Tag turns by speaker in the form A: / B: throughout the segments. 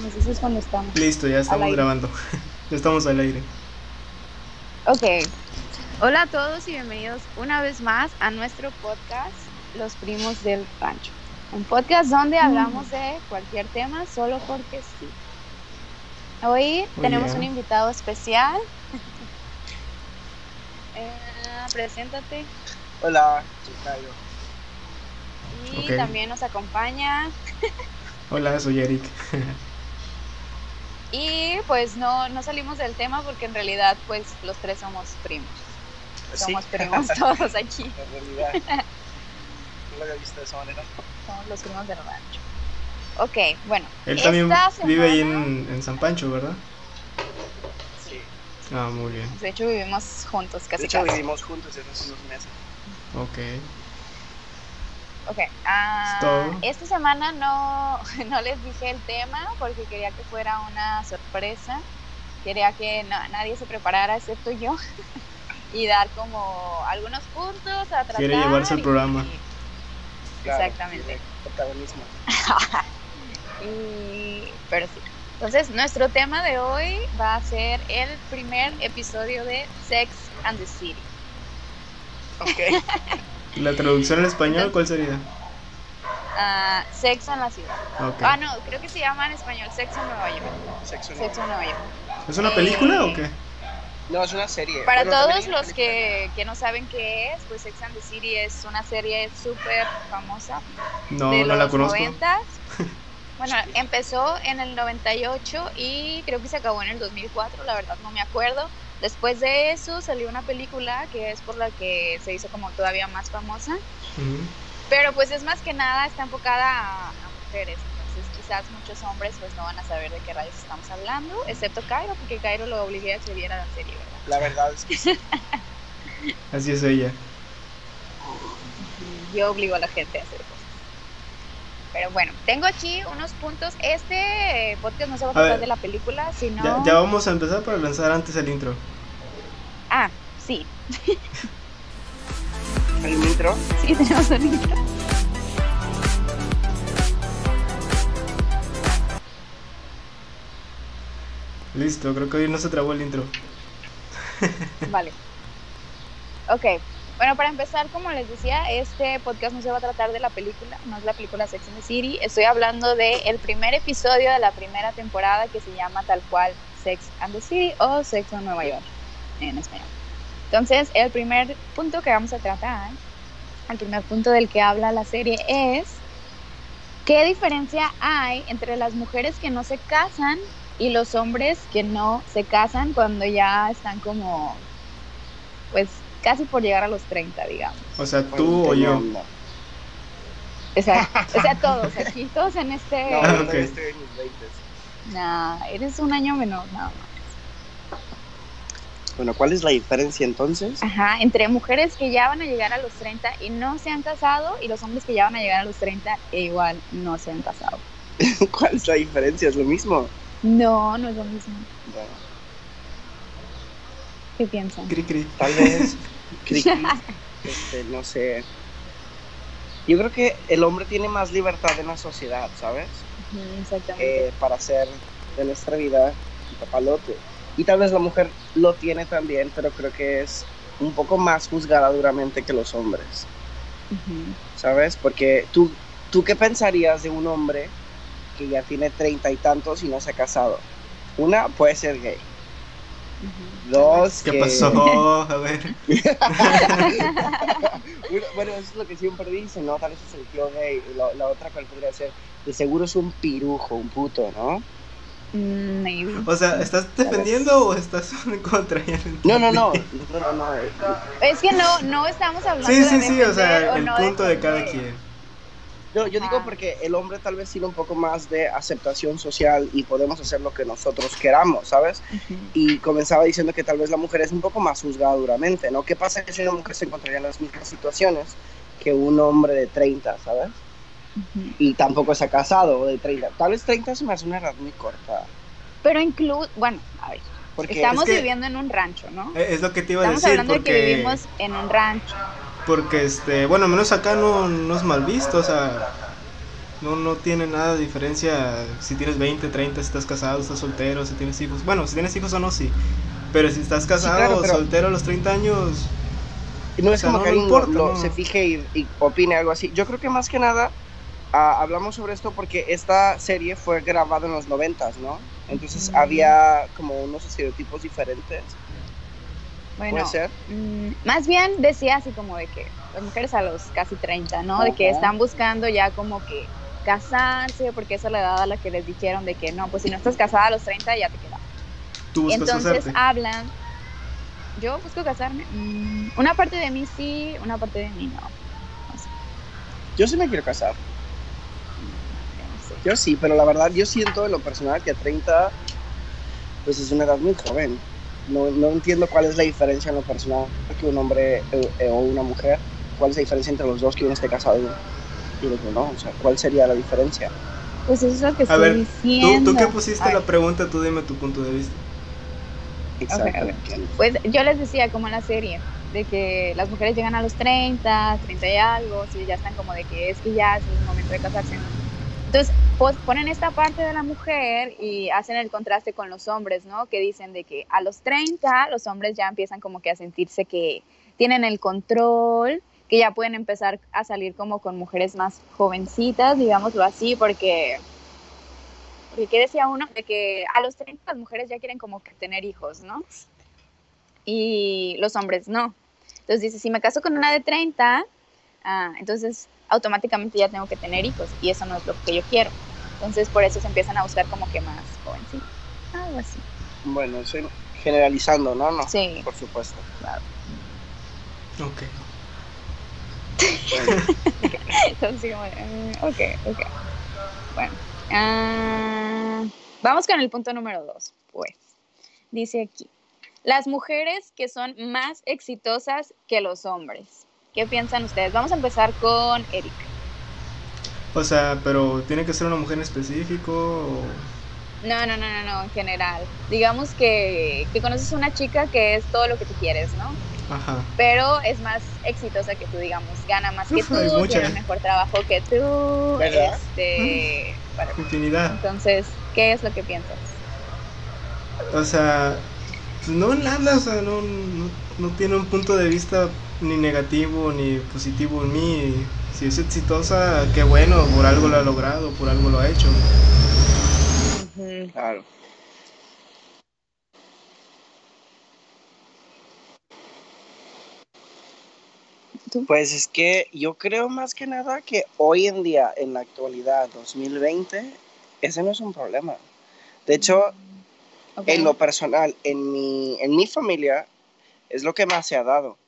A: Pues eso es cuando estamos.
B: Listo, ya
A: Al
B: estamos
A: aire.
B: grabando. ya estamos al aire.
A: Ok. Hola a todos y bienvenidos una vez más a nuestro podcast Los Primos del Rancho. Un podcast donde hablamos de cualquier tema solo porque sí. Hoy
B: Muy
A: tenemos
B: bien.
A: un invitado especial. Eh, preséntate.
C: Hola, soy Cayo.
A: Y
B: Ok.
A: también nos acompaña
B: Hola, soy Eric.
A: Y pues no, no salimos del tema porque en realidad pues los tres somos primos.
C: Sí,
A: Somos primos todos aquí.
C: en realidad. No lo había visto de esa manera.
A: Somos los primos del rancho. Ok, bueno.
B: Él
A: esta
B: también vive ahí
A: semana-
B: en, en San Pancho, ¿verdad?
C: Sí.
B: Ah, muy bien.
A: De hecho vivimos juntos casi
C: de hecho,
A: casi.
C: vivimos juntos desde hace unos meses.
B: Ok.
A: Ok, ah,
B: Es todo.
A: esta semana no, no les dije el tema porque quería que fuera una sorpresa. Quería que na- nadie se preparara excepto yo y dar como algunos puntos a tratar.
B: Quiere llevarse el
A: y-
B: programa.
A: Exactamente.
C: tiene Protagonismo.
A: Y- pero sí. Entonces, nuestro tema de hoy va a ser el primer episodio de Sex and the City.
C: Ok.
B: ¿La traducción al español cuál sería?
A: Ah, Sexo en la ciudad.
B: Ok.
A: Ah, no, creo que se llama en español Sexo en Nueva York.
C: Sexo en
A: Sexo en Nueva York.
B: ¿Es una película o qué?
C: No, es una serie.
A: Para
C: Bueno,
A: todos
C: también es
A: los
C: una
A: que, que no saben qué es, pues Sex and the City es una serie súper famosa
B: No,
A: de
B: no
A: los
B: la conozco.
A: 90. Bueno, empezó en el 98 y creo que se acabó en el 2004, la verdad no me acuerdo. Después de eso salió una película que es por la que se hizo como todavía más famosa,
B: Ujú.
A: pero pues es más que nada, está enfocada a, a mujeres, entonces quizás muchos hombres pues no van a saber de qué rayos estamos hablando, excepto Cairo, porque Cairo lo obligué a que viera la serie, ¿verdad?
C: película. La verdad es que sí.
B: Así es ella.
A: yo obligo a la gente a hacer cosas. Pero bueno, tengo aquí unos puntos. Este eh, podcast no se va a
B: A ver.
A: tratar de la película, sino...
B: Ya, ya vamos a empezar para lanzar antes el intro.
A: Ah, sí,
C: Hay un intro.
A: sí, tenemos un intro.
B: Listo, creo que hoy no se trabó el intro.
A: Vale. Ok. Bueno, para empezar, como les decía, este podcast no se va a tratar de la película, no es la película Sex and the City. Estoy hablando del el primer episodio de la primera temporada que se llama tal cual Sex and the City o Sexo en Nueva York en español. Entonces, el primer punto que vamos a tratar, el primer punto del que habla la serie es qué diferencia hay entre las mujeres que no se casan y los hombres que no se casan cuando ya están como, pues casi por llegar a los 30, digamos.
B: O sea, tú o yo.
C: No,
A: O sea, o sea, todos aquí, todos en este...
C: yo
B: Ah,
C: todavía
B: ok.
C: estoy en mis 20.
A: Nah, eres un año menor, nada más.
C: Bueno, ¿cuál es la diferencia entonces?
A: Ajá, entre mujeres que ya van a llegar a los 30 y no se han casado y los hombres que ya van a llegar a los 30 e igual no se han casado.
C: ¿Cuál es la diferencia? ¿Es lo mismo?
A: No, no es lo mismo.
C: Bueno,
A: ¿Qué piensan?
B: Cri, cri.
C: tal vez. Criqui, este, no sé. Yo creo que el hombre tiene más libertad en la sociedad, ¿sabes?
A: Ujú, Exactamente.
C: eh, para hacer de nuestra vida un papalote. Y tal vez la mujer lo tiene también, pero creo que es un poco más juzgada duramente que los hombres,
A: Ujú.
C: ¿sabes? Porque tú, ¿tú qué pensarías de un hombre que ya tiene treinta y tantos y no se ha casado? Una, puede ser gay.
A: Ujú.
C: Dos,
B: ¿Qué
C: que-
B: pasó? A ver.
C: Uno- bueno, eso es lo que siempre dicen, ¿no? Tal vez es el tío gay. Y La, la otra, ¿cuál podría ser? De seguro es un pirujo, un puto, ¿no?
A: Mm, maybe.
B: O sea, ¿estás defendiendo o estás en contra? Ya no
C: No, no,
B: entendí.
C: no. no, no, no.
A: Es que no, no estamos hablando
B: Sí,
A: de
B: sí, sí, o
A: defender
B: sea, el
A: no
B: punto de cada
A: defender.
B: quien.
C: No, yo digo
A: Ajá.
C: porque el hombre tal vez tiene un poco más de aceptación social y podemos hacer lo que nosotros queramos, ¿sabes?
A: Ujú.
C: Y comenzaba diciendo que tal vez la mujer es un poco más juzgada duramente, ¿no? ¿Qué pasa si una mujer se encontraría en las mismas situaciones que un hombre de 30, ¿sabes?
A: Ujú.
C: Y tampoco se ha casado o de 30. Tal vez 30 se me hace una edad muy corta.
A: Pero incluso, bueno, a ver,
C: Porque
A: estamos
B: es que-
A: viviendo en un rancho, ¿no?
B: Eh, Es lo que te iba a
A: Estamos
B: decir,
A: hablando
B: porque,
A: de que vivimos en un rancho.
B: porque este, bueno, al menos acá no, no es mal visto, o sea, No, no tiene nada de diferencia si tienes 20, 30, si estás casado, estás soltero, si tienes hijos. Bueno, si tienes hijos o no, sí. Pero si estás casado
C: claro, pero-
B: soltero a los 30 años,
C: No
B: O
C: es
B: sea,
C: como
B: no
C: que
B: le
C: alguien
B: importa,
C: lo-
B: no.
C: se fije y, y opine algo así. Yo creo que más que nada ah, hablamos sobre esto porque esta serie fue grabada en los noventas, ¿no? Entonces
A: Mm.
C: había como unos estereotipos diferentes,
A: Bueno,
C: puede ser.
A: mm, más bien decía así como de que las mujeres a los casi 30, ¿no? De que
C: Ajá.
A: están buscando ya como que casarse, porque esa es la edad a la que les dijeron de que no, pues si no estás casada a los 30 ya te quedas.
B: tú buscas
A: Entonces
B: casarte.
A: hablan. Yo busco casarme. Mm, una parte de mí sí, una parte de mí no.
C: Yo sí me quiero casar,
A: No sé.
C: yo sí, pero la verdad yo siento en lo personal que a 30 pues es una edad muy joven. No, no entiendo cuál es la diferencia en lo personal que un hombre eh, eh, o una mujer, cuál es la diferencia entre los dos que uno esté casado y el otro no, o sea, cuál sería la diferencia.
A: Pues eso es lo que estoy
B: ver, ¿Tú,
A: diciendo.
B: tú que pusiste
A: Ay.
B: la pregunta, tú dime tu punto de vista.
C: Exactamente.
A: Pues yo les decía, como en la serie, de que las mujeres llegan a los 30, 30 y algo, si ya están como de que es que ya es el momento de casarse. ¿no? Entonces, pues ponen esta parte de la mujer y hacen el contraste con los hombres, ¿no? Que dicen de que a los 30 los hombres ya empiezan como que a sentirse que tienen el control, que ya pueden empezar a salir como con mujeres más jovencitas, digámoslo así, porque porque ¿qué decía uno? De que a los 30 las mujeres ya quieren como que tener hijos, ¿no? Y los hombres no. Entonces dice, si me caso con una de 30, ah, entonces automáticamente ya tengo que tener hijos y eso no es lo que yo quiero. Entonces por eso se empiezan a buscar como que más jovencitos, algo así.
C: Bueno, estoy generalizando, ¿no? No,
A: Sí.
C: por supuesto.
B: Ok.
A: Entonces, así como, eh, ok, ok. Bueno, ah, vamos con el punto número dos, pues. Dice aquí, las mujeres que son más exitosas que los hombres. ¿Qué piensan ustedes? Vamos a empezar con Eric.
B: O sea, pero tiene que ser una mujer en específico o...
A: No, no, no, no, no, en general. Digamos que, que conoces una chica que es todo lo que tú quieres, ¿no?
B: Ajá.
A: Pero es más exitosa que tú, digamos, gana más que
B: Uf,
A: tú,
B: hay mucha,
A: tiene
B: ¿eh?
A: mejor trabajo que tú,
C: ¿Verdad?
A: este,
B: Mm.
A: bueno,
B: Infinidad.
A: Entonces, ¿qué es lo que piensas?
B: O sea, pues no nada, o sea, no, no, no tiene un punto de vista ni negativo ni positivo en mí. Si es exitosa, qué bueno, por algo lo ha logrado, por algo lo ha hecho.
C: Claro.
A: ¿Tú?
C: Pues es que yo creo más que nada que hoy en día, en la actualidad, 2020, ese no es un problema. De hecho,
A: Ok.
C: en lo personal, en mi, en mi familia, es lo que más se ha dado.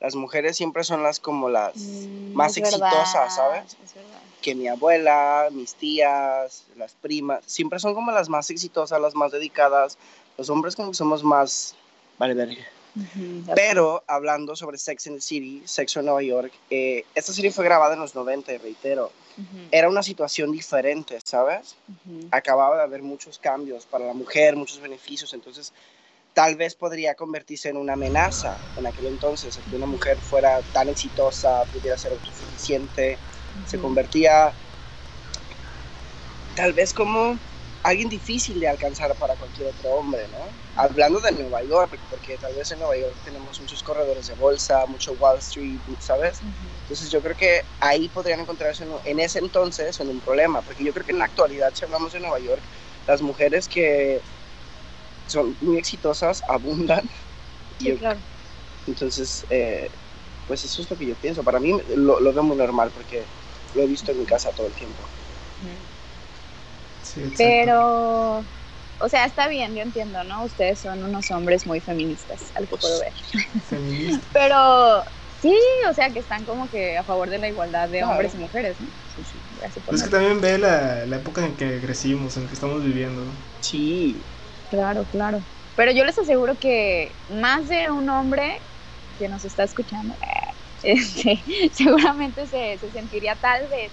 C: Las mujeres siempre son las como las...
A: Mm,
C: más
A: es
C: exitosa,
A: verdad,
C: ¿sabes?
A: es verdad.
C: que mi abuela, mis tías, las primas, siempre son como las más exitosas, las más dedicadas. Los hombres como que somos más... Vale, verga.
A: Ujú, ya-
C: Pero hablando sobre Sex and the City, Sexo en Nueva York, eh, esta serie fue grabada en los 90, reitero.
A: ujú,
C: Era una situación diferente, ¿sabes?
A: ujú.
C: Acababa de haber muchos cambios para la mujer, muchos beneficios, entonces tal vez podría convertirse en una amenaza en aquel entonces, que una mujer fuera tan exitosa, pudiera ser autosuficiente, se
A: Ujú.
C: convertía tal vez como alguien difícil de alcanzar para cualquier otro hombre, ¿no? Hablando de Nueva York, porque tal vez en Nueva York tenemos muchos corredores de bolsa, mucho Wall Street, ¿sabes?
A: Ujú.
C: Entonces yo creo que ahí podrían encontrarse en, en ese entonces en un problema, porque yo creo que en la actualidad, si hablamos de Nueva York, las mujeres que son muy exitosas abundan. Y
A: Sí,
C: yo-
A: claro.
C: entonces, eh, pues eso es lo que yo pienso. Para mí lo, lo veo muy normal, porque lo he visto en mi casa todo el tiempo.
A: Ujú.
B: Sí, exacto.
A: Pero, o sea, está bien, yo entiendo, ¿no? Ustedes son unos hombres muy feministas, al que
B: Pues,
A: puedo ver.
B: Feminista.
A: Pero sí, o sea, que están como que a favor de la igualdad de
C: Claro.
A: hombres y mujeres, ¿no? Sí, sí, gracias por
B: Pues Es que
A: nada.
B: también ve la, la época en que crecimos, en que estamos viviendo.
C: Sí,
A: Claro, claro. Pero yo les aseguro que más de un hombre que nos está escuchando, este, seguramente se, se sentiría tal vez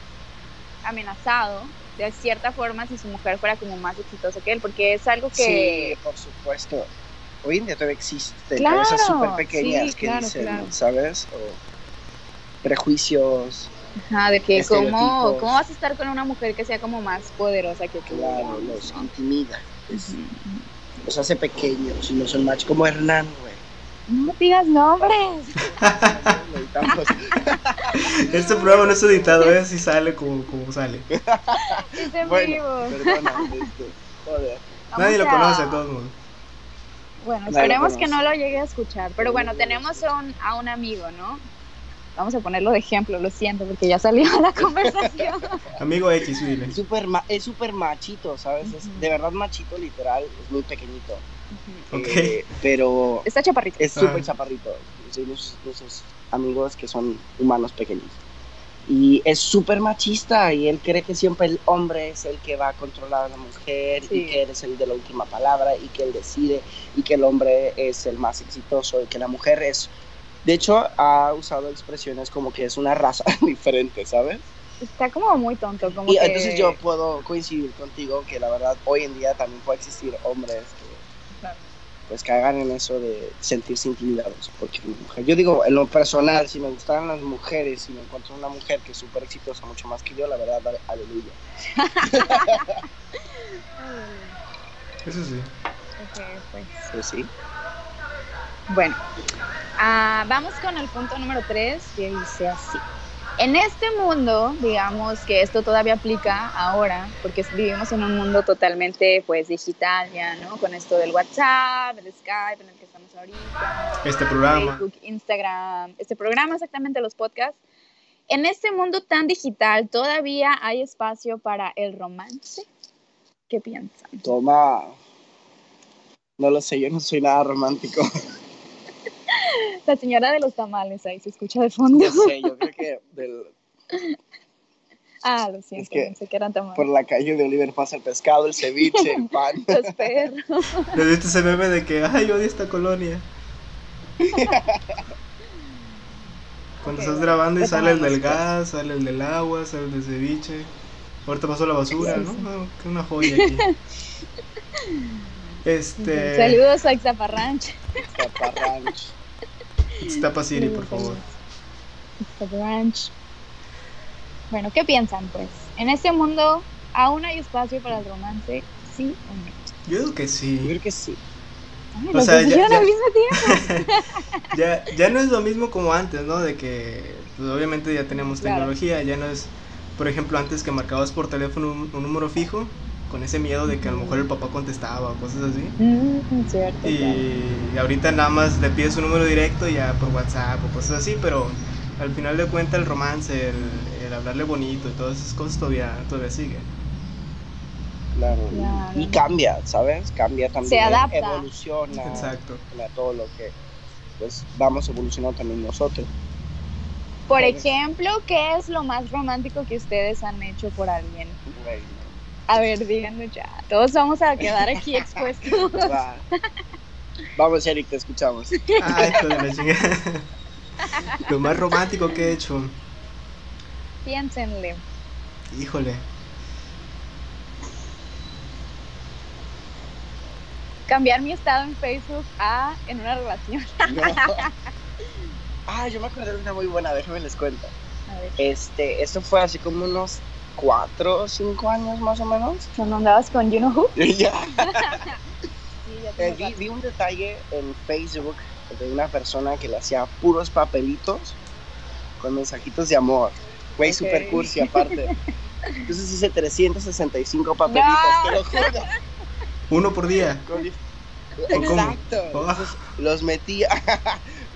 A: amenazado de cierta forma si su mujer fuera como más exitosa que él, porque es algo que...
C: sí, por supuesto. Hoy en día todavía existen
A: Claro,
C: cabezas súper pequeñas
A: sí,
C: que
A: claro,
C: dicen,
A: claro.
C: ¿sabes? O prejuicios.
A: Ajá, de que cómo,
C: Estereotipos.
A: cómo vas a estar con una mujer que sea como más poderosa que tú.
C: Claro, los
A: ¿no?
C: intimida, es-
A: Ujú.
C: los hace pequeños y no son match como Hernán, güey.
A: No digas nombres.
C: Lo editamos.
B: Este programa no es editado, es si sale como, como sale.
A: Es en
C: bueno,
A: vivo.
C: perdona, este, joder.
A: Vamos
B: Nadie lo
A: a-
B: conoce, de todos modos.
A: Bueno,
C: Nadie lo
A: esperemos
C: conoce.
A: que no lo llegue a escuchar. Pero bueno,
C: Nadie lo
A: tenemos a un, a un amigo, ¿no? Vamos a ponerlo de ejemplo, lo siento, porque ya salió a la conversación.
B: Amigo X, dile.
C: Es súper ma- es súper machito, ¿sabes? Es
A: Ujú.
C: de verdad machito, literal, es muy pequeñito.
A: Ujú.
B: Ok.
C: Eh, pero
A: Está chaparrito.
C: es súper
B: Ah.
C: chaparrito. Soy de esos- de esos amigos que son humanos pequeños. Y es súper machista y él cree que siempre el hombre es el que va a controlar a la mujer
A: Sí.
C: y que él es el de la última palabra y que él decide y que el hombre es el más exitoso y que la mujer es... De hecho, ha usado expresiones como que es una raza diferente, ¿sabes?
A: Está como muy tonto. Como
C: Y
A: que-
C: entonces yo puedo coincidir contigo que la verdad hoy en día también puede existir hombres que
A: Claro.
C: pues cagan en eso de sentirse intimidados porque una mujer- yo digo en lo personal si me gustaran las mujeres si me encuentro una mujer que es súper exitosa mucho más que yo la verdad ale- aleluya
B: Eso sí.
A: Ok, pues.
C: pues sí
A: Bueno, ah, vamos con el punto número 3 que dice así. En este mundo, digamos que esto todavía aplica ahora, porque vivimos en un mundo totalmente pues digital ya, ¿no? Con esto del WhatsApp, el Skype en el que estamos ahorita,
B: Este programa.
A: Facebook, Instagram, este programa exactamente, los podcasts. En este mundo tan digital, ¿todavía hay espacio para el romance? ¿Qué piensan?
C: toma no lo sé yo no soy nada romántico
A: La señora de los tamales ahí se escucha de fondo.
C: no sé yo creo que del-
A: Ah, lo siento,
C: que
A: pensé que eran tamales.
C: por la calle de Oliver pasa el pescado el ceviche el pan
A: Los perros.
B: ¿Le viste ese meme de que, ay, odio esta colonia? Cuando
A: Ok,
B: estás grabando y
A: retomamos,
B: sale el del
A: pues.
B: gas, sale el del agua, sale el del ceviche. Ahorita pasó la basura,
A: Sí,
B: ¿no?
A: sí.
B: Ah, qué una joya aquí. Este.
A: Saludos a Ixtaparranch.
C: zaparranch.
B: Iztapa City, por favor.
A: Ixtaparranch. Bueno, ¿qué piensan, pues? ¿En este mundo aún hay espacio para el romance? ¿Sí o no?
B: Yo digo que
C: yo
B: sí.
C: creo que sí
A: Ay,
B: O
A: los
B: sea,
A: dos
B: ya-
A: dijeron
B: ya-
A: al mismo tiempo.
B: Ya, ya no es lo mismo como antes, ¿no? De que pues, obviamente ya tenemos
A: Claro.
B: tecnología, ya no es, por ejemplo, antes que marcabas por teléfono un, un número fijo, con ese miedo de que a lo mejor el papá contestaba o cosas así.
A: Mm, cierto. claro.
B: Y ahorita nada más le pides un número directo ya por WhatsApp o cosas así, pero al final de cuentas el romance, el, el hablarle bonito y todas esas cosas todavía, todavía sigue.
C: Claro. y-
A: Claro.
C: Y cambia, ¿sabes? Cambia también.
A: adapta.
C: Evoluciona.
B: Exacto.
C: A todo lo que pues vamos evolucionando también nosotros.
A: Por ejemplo, ¿qué es lo más romántico que ustedes han hecho por alguien?
C: Güey,
A: A ver, díganme ya. Todos vamos a quedar aquí expuestos.
C: va. Vamos, Eric, te escuchamos.
B: Ay, hijo de la chingada. Lo más romántico que he hecho,
A: Piénsenle.
B: híjole.
A: Cambiar mi estado en Facebook a en una relación.
C: No. Ah, yo me acuerdo de una muy buena, déjame les cuento.
A: A ver.
C: Este, esto fue así como unos cuatro o cinco años más o menos.
A: ¿Cuándo andabas con You Know Who?
C: Ya.
A: Sí, ya
C: Eh,
A: tengo
C: vi,
A: rato.
C: vi un detalle en Facebook de una persona que le hacía puros papelitos con mensajitos de amor. Güey,
A: Ok.
C: super cursi aparte. Entonces hice 365 papelitos,
A: No.
C: te lo juro.
B: Uno por día.
C: con dif-
B: ¿O cómo?
C: Exacto.
B: Ah,
C: Los metía.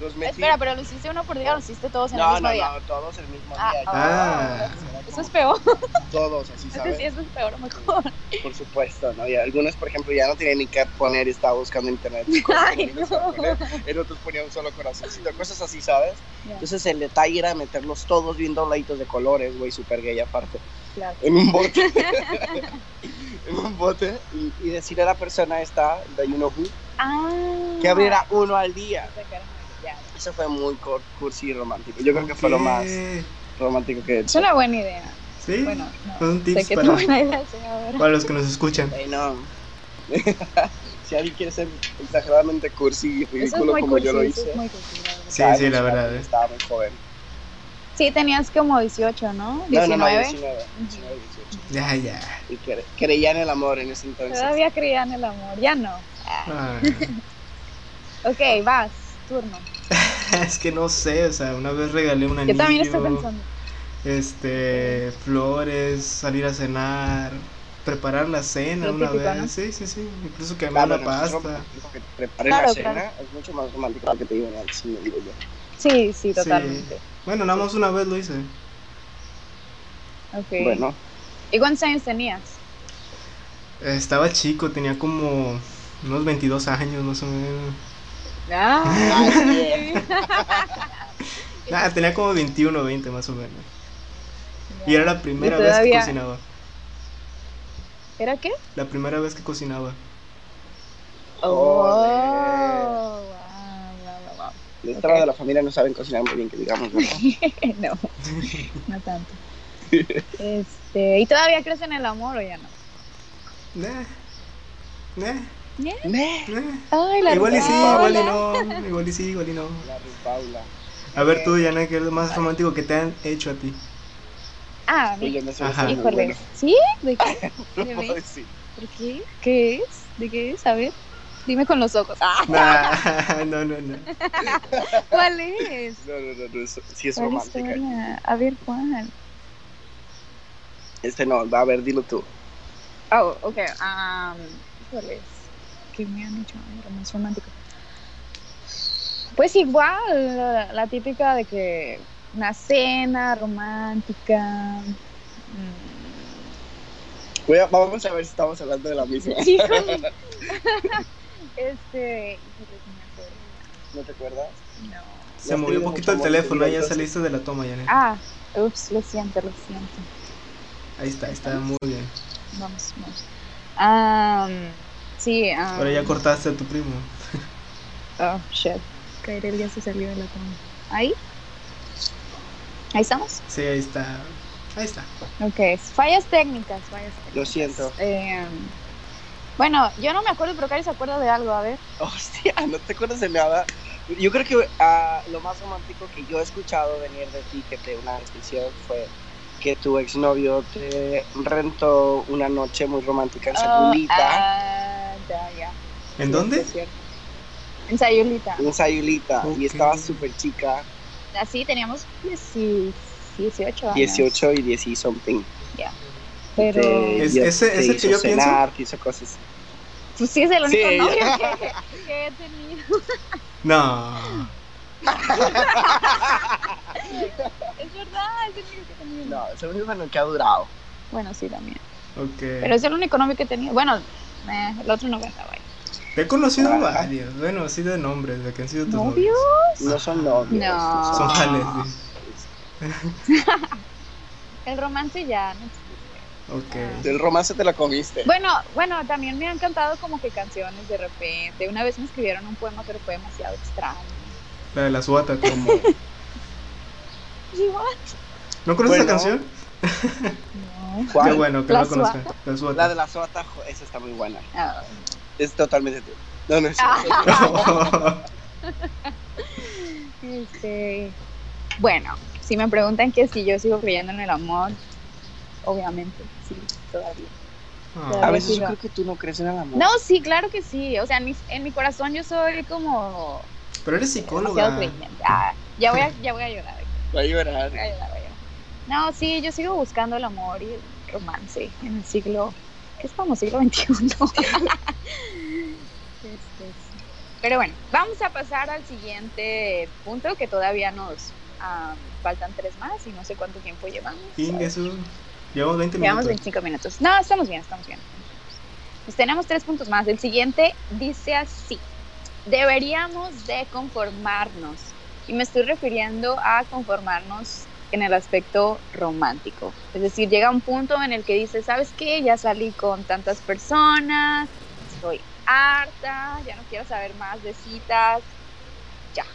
C: los metía.
A: Espera, pero lo hiciste uno por día o lo hiciste todos en el
C: no,
A: mismo
C: no,
A: día.
C: no, todos el mismo
A: Ah,
C: día.
B: ah.
C: Era como
A: Eso es peor.
C: Todos, así,
A: Eso sí,
C: ¿sabes?
A: eso es peor, mejor.
C: Por supuesto, ¿no? Y algunos, por ejemplo, ya no tenían ni qué poner y estaba buscando internet.
A: Ay,
C: Cosas que
A: no.
C: poner. En otros ponían un solo corazoncito, cosas así, ¿sabes?
A: Ya,
C: Entonces el detalle era meterlos todos bien dobladitos de colores, güey, super gay aparte,
A: claro.
C: en un bote. en un bote. Y, y decirle a la persona esta, de You Know Who,
A: Ah.
C: que abriera uno al día.
A: Ya.
C: Eso fue muy cor- cursi y romántico. Yo creo que fue lo más
B: ok.
C: romántico que he
A: Es
C: hecho.
A: una buena idea.
B: Sí.
A: Bueno, no.
B: Son
A: Sé
B: tips
A: que es
B: para,
A: una buena idea, señora.
B: para los que nos escuchan.
C: Ay, no. si alguien quiere ser exageradamente cursi y
A: Eso es
C: ridículo
A: muy
C: como yo lo
A: cursi, eso
C: hice.
A: es muy cursi. la verdad.
B: Sí, sí, la verdad, eh.
C: Estaba muy joven.
A: Sí, tenías como 18, ¿no?
C: 19. No, no, no,
A: 19.
C: 19, 19, 18.
B: Ya, ya.
C: Y cre- creía en el amor en ese entonces.
A: Todavía creía en el amor, ya no. Ah.
B: Ay.
A: Ok, vas, turno.
B: es que no sé, o sea, una vez regalé un anillo.
A: Yo también estoy pensando.
B: Este, flores, salir a cenar, preparar la cena
A: Lo
B: una
A: típico,
B: vez.
A: ¿no?
B: Sí, sí, sí. Incluso
C: Ah,
B: quemar la
C: bueno, nosotros,
B: pasta.
C: lo que preparé
A: Claro,
C: la cena
A: claro.
C: es mucho más romántico que lo que te digo antes, me digo yo.
A: Sí, sí,
B: Sí.
A: totalmente.
B: Bueno, nada más una vez lo hice.
A: Ok.
C: Bueno,
A: ¿Y cuántos años tenías?
B: Estaba chico, tenía como unos 22 años más o menos.
A: Ah,
C: Ay,
B: Ah, tenía como 21, 20 más o menos. Y
A: ya.
B: era la primera
A: Y
B: vez que
A: todavía-
B: cocinaba.
A: ¿Era qué?
B: La primera vez que cocinaba.
A: Oh, wow, wow, wow,
C: dentro de la familia no saben cocinar muy bien, que digamos, ¿verdad?
A: wow. no, no tanto. Este, ¿Y todavía crees en el amor o ya no?
B: Nah. Nah,
C: Meh,
B: nah.
A: Ay, la
B: Igual y sí,
A: rola.
B: igual y no. Igual y sí, igual y no.
C: La Paula.
B: A ver tú, Diana, ¿qué es lo más romántico que te han hecho a ti?
A: Ah,
C: Uy,
A: mi-
C: yo no sé,
B: Ajá.
C: eso es muy
A: híjole.
C: bueno.
A: ¿Sí? ¿De qué?
C: No
A: ¿De
C: puedo
A: veras?
C: decir.
A: ¿Por qué? ¿Qué es? ¿De qué es? A ver, dime con los ojos. Ah,
B: Nah, no, no, no.
A: ¿Cuál es?
C: No, no, no, no, eso- sí es
A: ¿Cuál
C: romántica.
A: historia? A ver, ¿cuál?
C: Este no, va a ver, dilo tú.
A: Oh, ok. Um, ¿Cuál es? ¿Qué me han hecho? Ay, lo más romántico. Pues igual, la, la típica de que una cena romántica. mm,
C: Voy a- vamos a ver si estamos hablando de la misma.
A: Híjole. este. híjole, no me acuerdo.
C: ¿No te acuerdas?
A: No.
B: Se movió un poquito el teléfono, ahí ya saliste de la toma, Janet.
A: Ah, ups, lo siento, lo siento.
B: Ahí está, ahí está, muy bien.
A: Vamos, vamos. Am, sí, am,
B: Ahora ya cortaste a tu primo.
A: Oh, shit. Kairel ya se salió de la cama. ¿Ahí? ¿Ahí estamos?
B: Sí, ahí está. Ahí está.
A: Ok, fallas técnicas, fallas técnicas.
C: Lo siento.
A: Eh, bueno, yo no me acuerdo, pero Cari se acuerda de algo, a ver.
C: Hostia, no te acuerdas de nada. Yo creo que ah, lo más romántico que yo he escuchado venir de ti, que te una descripción, fue que tu exnovio te rentó una noche muy romántica en Sayulita.
A: ah, ya, ya.
B: ¿En dónde?
A: Es cierto. En Sayulita.
C: En Sayulita. Y
B: Ok.
C: estaba súper chica,
A: Así teníamos 18 años.
C: 18 y 10 y something.
A: Ah. Pero.
C: Te-
B: Es-
C: ya-
B: ese-
C: te
B: ese que
C: hizo
B: yo pienso.
C: cenar, te hizo cosas.
A: Pues sí, es el único
C: Sí.
A: novio que, que he tenido.
B: No.
A: Es verdad, es el único que he tenido.
C: No, es el único con el que ha durado.
A: Bueno, sí, también. Pero
B: Ok.
A: es el único novio que he tenido. Bueno, eh, el otro no estaba ahí.
B: He conocido
C: Ajá.
B: varios. Bueno, sí de nombres, de que han sido tus
A: Ah. ¿Novios? Ah.
B: novios.
C: No son novios.
A: No.
B: Ah. Son jales. sí.
A: El romance ya no existe.
B: Ok.
C: El romance te lo comiste.
A: Bueno, bueno, también me han cantado como que canciones de repente. Una vez me escribieron un poema, pero fue demasiado extraño.
B: La de la suata, como.
A: ¿Y "Ah, what?
B: ¿No conoces esa
C: Bueno.
B: canción?
A: No.
B: Qué
C: ¿Cuál?
B: bueno que
A: La
B: no conozcas. La
C: La de
B: suata.
C: la sota, jo, esa está muy buena.
A: Ah.
C: Es totalmente tú. No, no es
A: Este, bueno, si me preguntan que si yo sigo creyendo en el amor, obviamente, sí, todavía.
C: A
B: Ah,
C: veces yo
A: Digo.
C: creo que tú no crees en el amor.
A: No, sí, claro que sí. O sea, en mi, en mi corazón yo soy como
B: Pero eres
A: demasiado
B: psicóloga.
A: creyente. Ah, ya, voy a, ya voy a llorar.
C: Va
A: voy
C: a llorar.
A: a llorar, voy a llorar. No, sí, yo sigo buscando el amor y el romance en el siglo. Es como siglo XXI. Este, sí. Pero bueno, vamos a pasar al siguiente punto que todavía nos ah, faltan tres más y no sé cuánto tiempo llevamos.
B: Inge, su- Llevamos 20
A: Llevamos
B: minutos.
A: 25 minutos. No, estamos bien, estamos bien. Pues tenemos tres puntos más. El siguiente dice así. Deberíamos de conformarnos. Y me estoy refiriendo a conformarnos en el aspecto romántico. Es decir, llega un punto en el que dice, ¿sabes qué? Ya salí con tantas personas, estoy harta, ya no quiero saber más de citas, ya.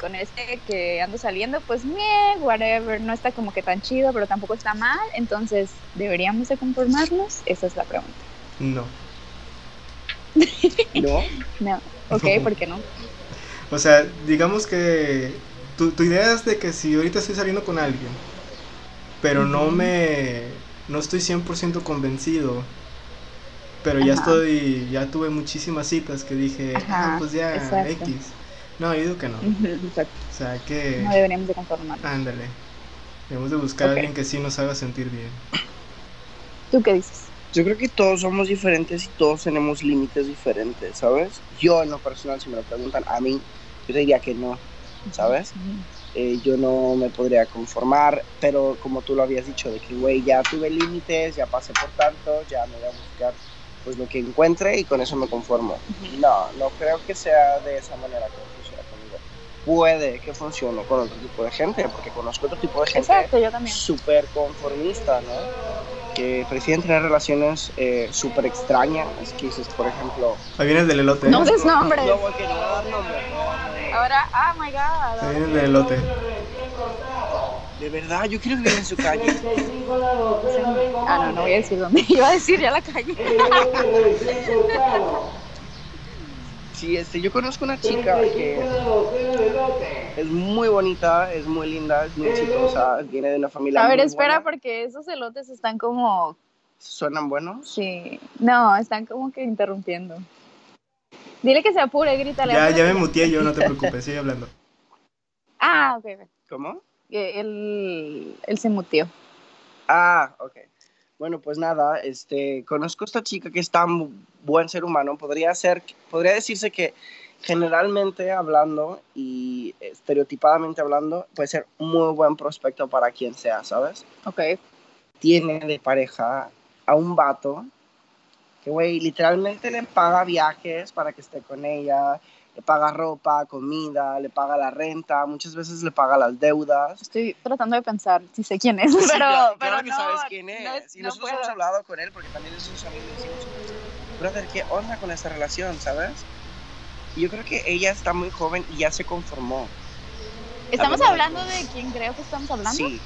A: Con este que ando saliendo, pues meh, whatever, no está como que tan chido, pero tampoco está mal, entonces, ¿deberíamos de conformarnos? Esa es la pregunta.
B: No.
C: No.
A: No, ok, ¿por qué no?
B: O sea, digamos que tu, tu idea es de que si ahorita estoy saliendo con alguien, pero no me. No estoy 100% convencido. Pero ya
A: Ajá.
B: estoy. Ya tuve muchísimas citas que dije, ah,
A: Ajá,
B: pues ya,
A: exacto.
B: X. No, yo digo que no.
A: Ujú, exacto.
B: O sea, hay que.
A: No deberíamos de conformarnos.
B: Ándale. Debemos de buscar a
A: Ok.
B: alguien que sí nos haga sentir bien.
A: ¿Tú qué dices?
C: Yo creo que todos somos diferentes y todos tenemos límites diferentes, ¿sabes? Yo en lo personal, si me lo preguntan a mí, yo te diría que no, ¿sabes?
A: Ujú.
C: Eh, yo no me podría conformar, pero como tú lo habías dicho, de que, güey, ya tuve límites, ya pasé por tanto, ya me voy a buscar pues lo que encuentre y con eso me conformo. No, no creo que sea de esa manera que funciona conmigo. Puede que funcione con otro tipo de gente, porque conozco otro tipo de gente
A: Exacto, yo también.
C: súper conformista, ¿no? Que prefieren tener relaciones eh, súper extrañas, que dices, por ejemplo...
B: Ahí viene el del elote. ¿eh?
A: No pues, des nombres.
C: No, porque no voy a dar nombres.
A: Ahora, ah, my God.
B: Ahí viene el del elote.
C: De verdad, yo quiero vivir en su calle.
A: Ah, no, no voy a decir dónde. Iba a decir ya la calle.
C: Sí, este, yo conozco una chica que es muy bonita, es muy linda, es muy exitosa, viene de una familia.
A: A ver,
C: muy
A: espera,
C: buena.
A: porque esos elotes están como.
C: ¿Suenan buenos?
A: Sí. No, están como que interrumpiendo. Dile que se apure, grítale.
B: Ya, ya me
A: apúrate.
B: muteé yo, no te preocupes, sigue hablando.
A: Ah, ok, ok.
C: ¿Cómo?
A: Que Él, él se muteó.
C: Ah, ok. Bueno, pues nada, este, conozco a esta chica que es tan buen ser humano. Podría ser, podría decirse que generalmente hablando y estereotipadamente hablando, puede ser muy buen prospecto para quien sea, ¿sabes?
A: Ok.
C: tiene de pareja a un vato que, güey, literalmente le paga viajes para que esté con ella, le paga ropa, comida, le paga la renta, muchas veces le paga las deudas.
A: Estoy tratando de pensar si sé quién es, pero.
C: claro, claro
A: pero
C: que
A: no,
C: sabes quién es.
A: no
C: y
A: no
C: nosotros
A: puedo.
C: hemos hablado con él porque también es sus amigos. y Decimos, brother, ¿qué onda con esta relación, sabes? Y yo creo que ella está muy joven y ya se conformó.
A: ¿Estamos
C: Hablando
A: hablando
C: de-
A: de quién creo que estamos hablando?
C: Sí,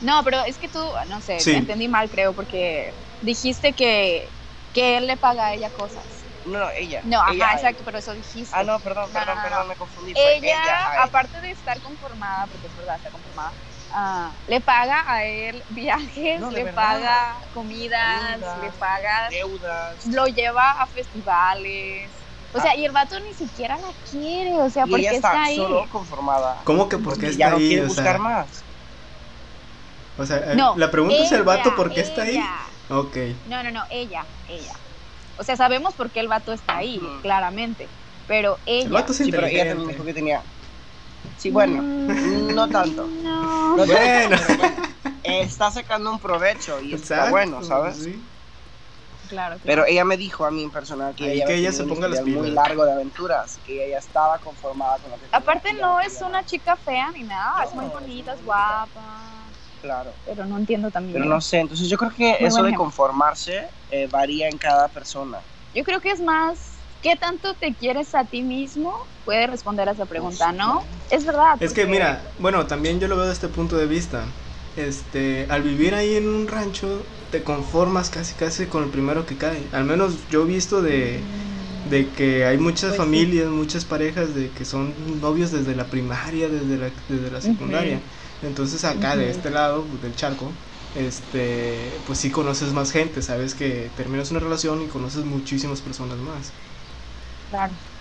A: No, pero es que tú, no sé,
B: Sí.
A: te entendí mal, creo, porque dijiste que, que él le paga a ella cosas.
C: no, no, ella.
A: No, ajá,
C: ella a él.
A: exacto, pero eso dijiste.
C: Ah, no, perdón,
A: No, no,
C: perdón,
A: no, no.
C: perdón, me confundí. fue
A: ella,
C: a él.
A: aparte de estar conformada, porque es verdad, está conformada, ah, le paga a él viajes,
C: No, de
A: le
C: verdad.
A: paga comidas,
C: Comida.
A: le paga,
C: deudas.
A: lo lleva a festivales. O
C: Ah.
A: sea, y el vato ni siquiera la quiere, o sea,
C: Y
A: porque
C: ella
A: está,
C: está,
A: ahí.
C: solo conformada.
B: ¿Cómo que por qué
A: Pues
C: Porque
B: está
C: ya no
B: ahí?
C: quiere
B: O
C: buscar
B: sea,
C: más.
B: o sea, eh,
A: No,
B: la pregunta es el vato
A: ella,
B: por qué está ahí.
A: ella.
B: Ok.
A: No, no, no, ella, ella. O sea, sabemos por qué el vato está ahí,
C: Ujú.
A: claramente. Pero ella.
B: El vato es
C: Sí, pero ella también dijo
B: inteligente.
C: que tenía. Sí, bueno,
A: Mm,
C: no tanto.
A: No.
C: no sé,
B: Bueno.
C: pero bueno, está sacando un provecho y está
B: Exacto,
C: bueno, ¿sabes?
B: sí.
A: Claro, claro.
C: Pero ella me dijo a mí en personal que
B: Ahí
C: ella,
B: que
C: había
B: ella se
C: tenido un
B: ponga las
C: historial muy
B: pilas.
C: largo de aventuras, que ella ya estaba conformada con lo que tenía,
A: Aparte,
C: que ya
A: no
C: quería
A: es
C: más.
A: una chica fea ni nada, es
C: No,
A: muy
C: es
A: bonita,
C: muy
A: es
C: bonita.
A: guapa.
C: Claro.
A: Pero no entiendo también.
C: Pero no sé, entonces yo creo que eso
A: buen
C: de
A: ejemplo.
C: conformarse eh, varía en cada persona.
A: Yo creo que es más. ¿Qué tanto te quieres a ti mismo? Puede responder a esa pregunta, ¿no? Es verdad.
B: Es que
A: porque-
B: mira, bueno, también yo lo veo desde este punto de vista. Este, al vivir ahí en un rancho, te conformas casi casi con el primero que cae. Al menos yo he visto de, de que hay muchas
A: Pues sí.
B: familias, muchas parejas de que son novios desde la primaria, desde la, desde la secundaria. Entonces acá de
A: Ujú.
B: este lado pues, del charco, este, pues sí conoces más gente, sabes que terminas una relación y conoces muchísimas personas más.
A: Claro.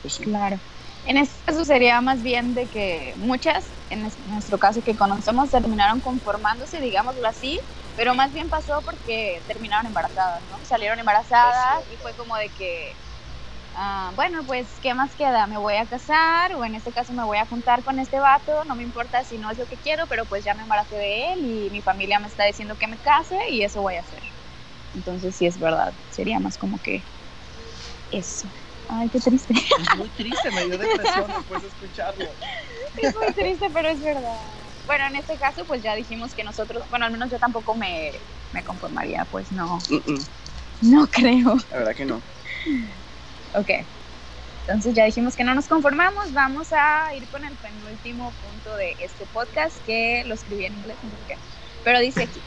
C: Pues sí.
A: Claro. En este caso sería más bien de que muchas, en es- nuestro caso que conocemos, terminaron conformándose, digámoslo así, pero más bien pasó porque terminaron embarazadas, ¿no? Salieron embarazadas y fue como de que, ah, bueno, pues, ¿qué más queda? Me voy a casar o en este caso me voy a juntar con este vato, no me importa si no es lo que quiero, pero pues ya me embaracé de él y mi familia me está diciendo que me case y eso voy a hacer. Entonces, sí es verdad, sería más como que eso. Ay, qué triste.
C: Es muy triste, me dio depresión después de escucharlo.
A: Es muy triste, pero es verdad. Bueno, en este caso, pues ya dijimos que nosotros, bueno, al menos yo tampoco me, me conformaría, pues no,
C: Mm, mm,
A: no creo.
C: La verdad que no.
A: Ok, entonces ya dijimos que no nos conformamos, vamos a ir con el penúltimo punto de este podcast que lo escribí en inglés, no sé por qué. pero dice aquí,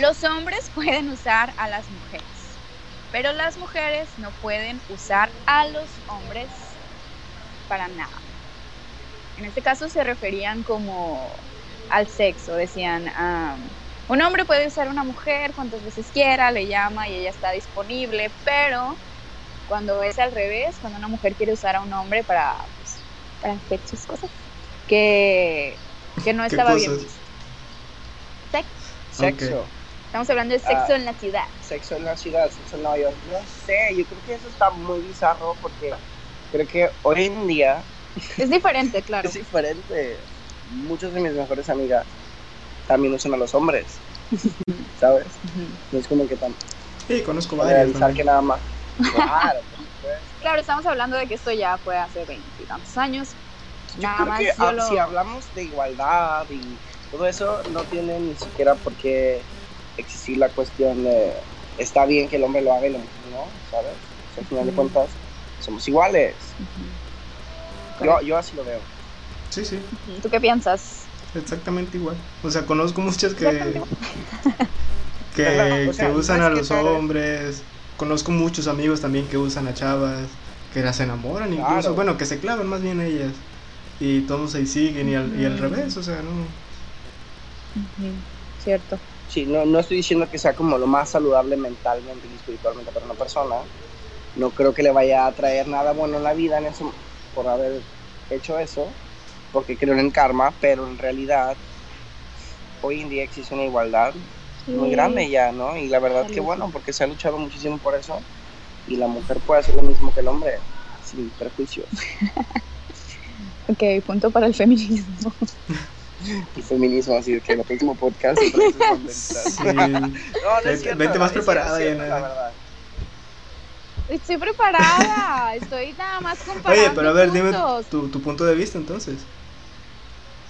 A: los hombres pueden usar a las mujeres, pero las mujeres no pueden usar a los hombres para nada. En este caso se referían como al sexo, decían, um, un hombre puede usar a una mujer cuantas veces quiera, le llama y ella está disponible, pero cuando es al revés, cuando una mujer quiere usar a un hombre para, pues, para hacer sus cosas, que, que no
B: ¿Qué
A: estaba bien
B: cosas?
A: visto. Sex-
C: Sexo.
A: Estamos hablando de sexo
C: Ah.
A: en la ciudad.
C: Sexo en la ciudad, sexo en Nueva York. No sé, yo creo que eso está muy bizarro porque creo que hoy en día
A: Es diferente, claro.
C: es diferente. Muchas de mis mejores amigas también usan a los hombres, ¿sabes?
A: Ujú.
C: No es como que tan
B: Sí, conozco
C: voy a
B: varias.
C: pensar
B: también.
C: que nada más. Claro, pues,
A: Claro, estamos hablando de que esto ya fue hace 20 y tantos años.
C: Yo
A: Nada
C: creo
A: más
C: que
A: yo
C: ah,
A: lo-
C: si hablamos de igualdad y todo eso, no tiene ni siquiera por qué existir la cuestión de está bien que el hombre lo haga y la mujer no, ¿sabes? O sea, al final de
A: Mm.
C: cuentas, somos iguales.
A: Ujú.
C: Yo, yo así lo veo.
B: Sí, sí,
A: Ujú. ¿Tú qué piensas?
B: exactamente igual. O sea, conozco muchas
A: Exactamente
B: que, que,
C: O sea,
B: que usan
C: no
B: a
C: es que
B: los
C: tal-
B: hombres. Conozco muchos amigos también que usan a chavas, que las enamoran incluso.
C: Claro.
B: Bueno, que se clavan más bien a ellas. Y todos ahí siguen y al, y al
C: Mm.
A: Ujú.
B: revés, o sea, no.
A: Ujú. Cierto.
C: Sí, no, no estoy diciendo que sea como lo más saludable mentalmente y espiritualmente para una persona. No creo que le vaya a traer nada bueno en la vida en eso, por haber hecho eso, porque creo en el karma, pero en realidad hoy en día existe una igualdad muy
A: Sí.
C: grande ya, ¿no? Y la verdad que
A: Salud.
C: bueno, porque se ha luchado muchísimo por eso y la mujer puede hacer lo mismo que el hombre, sin prejuicios.
A: Ok, punto para el feminismo.
C: Y feminismo, así que en el próximo podcast. siempre se va a inventar.
B: Sí,
C: No, no
B: Vete-
C: es cierto,
B: vete más
C: es cierto,
B: preparada,
C: es cierto,
B: Diana.
C: la verdad.
A: Estoy preparada, estoy nada más comparando
B: Oye, pero a ver, dime
A: puntos.
B: tu, tu punto de vista entonces.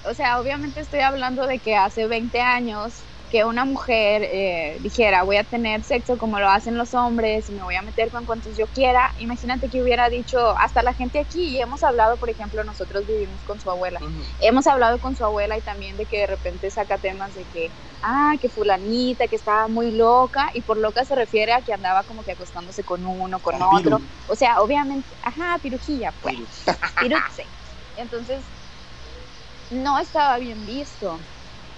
A: O sea, obviamente estoy hablando de que hace 20 años que una mujer eh, dijera voy a tener sexo como lo hacen los hombres y me voy a meter con cuantos yo quiera. Imagínate que hubiera dicho hasta la gente aquí y hemos hablado, por ejemplo, nosotros vivimos con su abuela. hemos hablado con su abuela y también de que de repente saca temas de que, ah, que fulanita, que estaba muy loca, y por loca se refiere a que andaba como que acostándose con uno, con
C: Con
A: otro. O sea, obviamente, ajá, pirujilla, pues,
C: Ujú.
A: piruxe. Entonces, no estaba bien visto.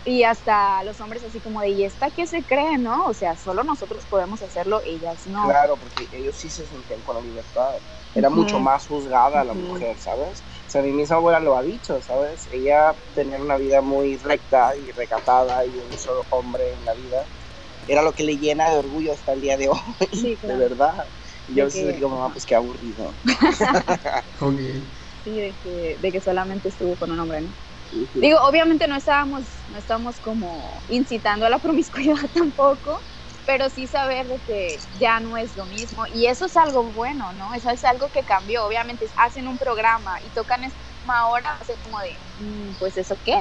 A: Y hasta los hombres así como de, ¿y esta qué se cree, no? O sea, solo nosotros podemos hacerlo, ellas no.
C: Claro, porque ellos sí se sentían con la libertad. Era
A: Ujú.
C: mucho más juzgada la
A: Ujú.
C: mujer, ¿sabes? O sea, mi misma abuela lo ha dicho, ¿sabes? Ella tenía una vida muy recta y recatada y un solo hombre en la vida. Era lo que le llena de orgullo hasta el día de hoy,
A: Sí,
C: de
A: claro.
C: verdad. Y yo a
A: De
C: veces
A: que-
C: digo, mamá, pues qué aburrido.
B: Ok.
A: Sí, de que, de que solamente estuvo con un hombre, ¿no?
C: Ujú.
A: Digo, obviamente no estábamos, no estábamos como incitando a la promiscuidad tampoco, pero sí saber de que ya no es lo mismo. Y eso es algo bueno, ¿no? Eso es algo que cambió. Obviamente hacen un programa y tocan esta misma hora, hace como de, "Mm, pues eso qué.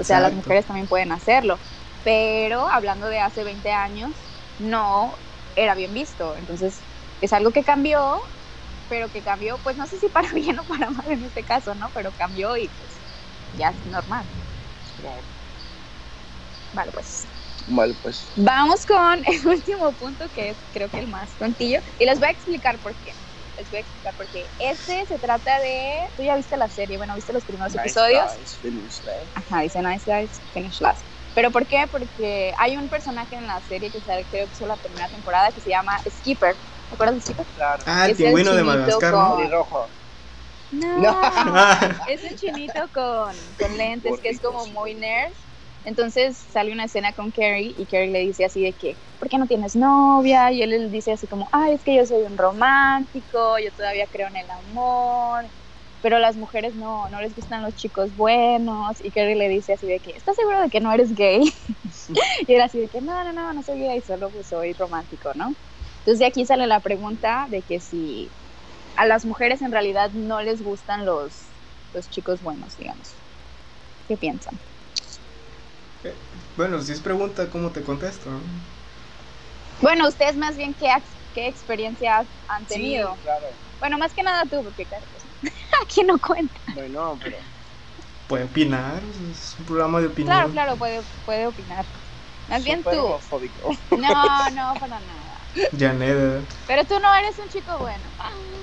A: O sea, las
B: exacto.
A: mujeres también pueden hacerlo. Pero hablando de hace 20 años, no era bien visto. Entonces, es algo que cambió, pero que cambió, pues no sé si para bien o para mal en este caso, ¿no? Pero cambió y pues ya es normal.
C: Claro.
A: Vale, pues
C: Bueno, pues
A: vamos con el último punto que es creo que el más tontillo. Y les voy a explicar por qué. Les voy a explicar por qué. Este se trata de... Tú ya viste la serie, bueno, viste los primeros
C: nice
A: episodios.
C: guys, finish, right?
A: Ajá, dice Nice Guys, Finish Last. ¿Pero por qué? Porque hay un personaje en la serie que sale, creo que es la primera temporada que se llama Skipper. ¿Te acuerdas de Skipper?
C: Claro.
B: Ah, el
A: es el
B: pingüino de
A: chinito
B: Madagascar, ¿no?
A: con-
C: Y rojo.
A: No.
B: Ah,
A: Es un chinito con, con lentes que es como muy nerd. Entonces sale una escena con Carrie y Carrie le dice así de que, ¿por qué no tienes novia? Y él le dice así como, ay, es que yo soy un romántico, yo todavía creo en el amor, pero a las mujeres no, no les gustan los chicos buenos. Y Carrie le dice así de que, ¿estás seguro de que no eres gay? y él así de que, no, no, no, no soy gay, solo pues, soy romántico, ¿no? Entonces de aquí sale la pregunta de que si a las mujeres en realidad no les gustan los, los chicos buenos, digamos. ¿Qué piensan?
B: Bueno, si es pregunta, ¿cómo te contesto?
A: Bueno, ustedes más bien, ¿qué, ex- qué experiencias han tenido?
C: Sí, claro.
A: Bueno, más que nada tú, porque claro, pues, aquí no cuenta.
C: Bueno, pero
B: Puede opinar, es un programa de opinión.
A: Claro, claro, puede, puede opinar. Más bien
C: súper
A: tú.
C: homofóbico.
A: No, no, para nada.
B: Janet, eh.
A: Pero tú no eres un chico bueno.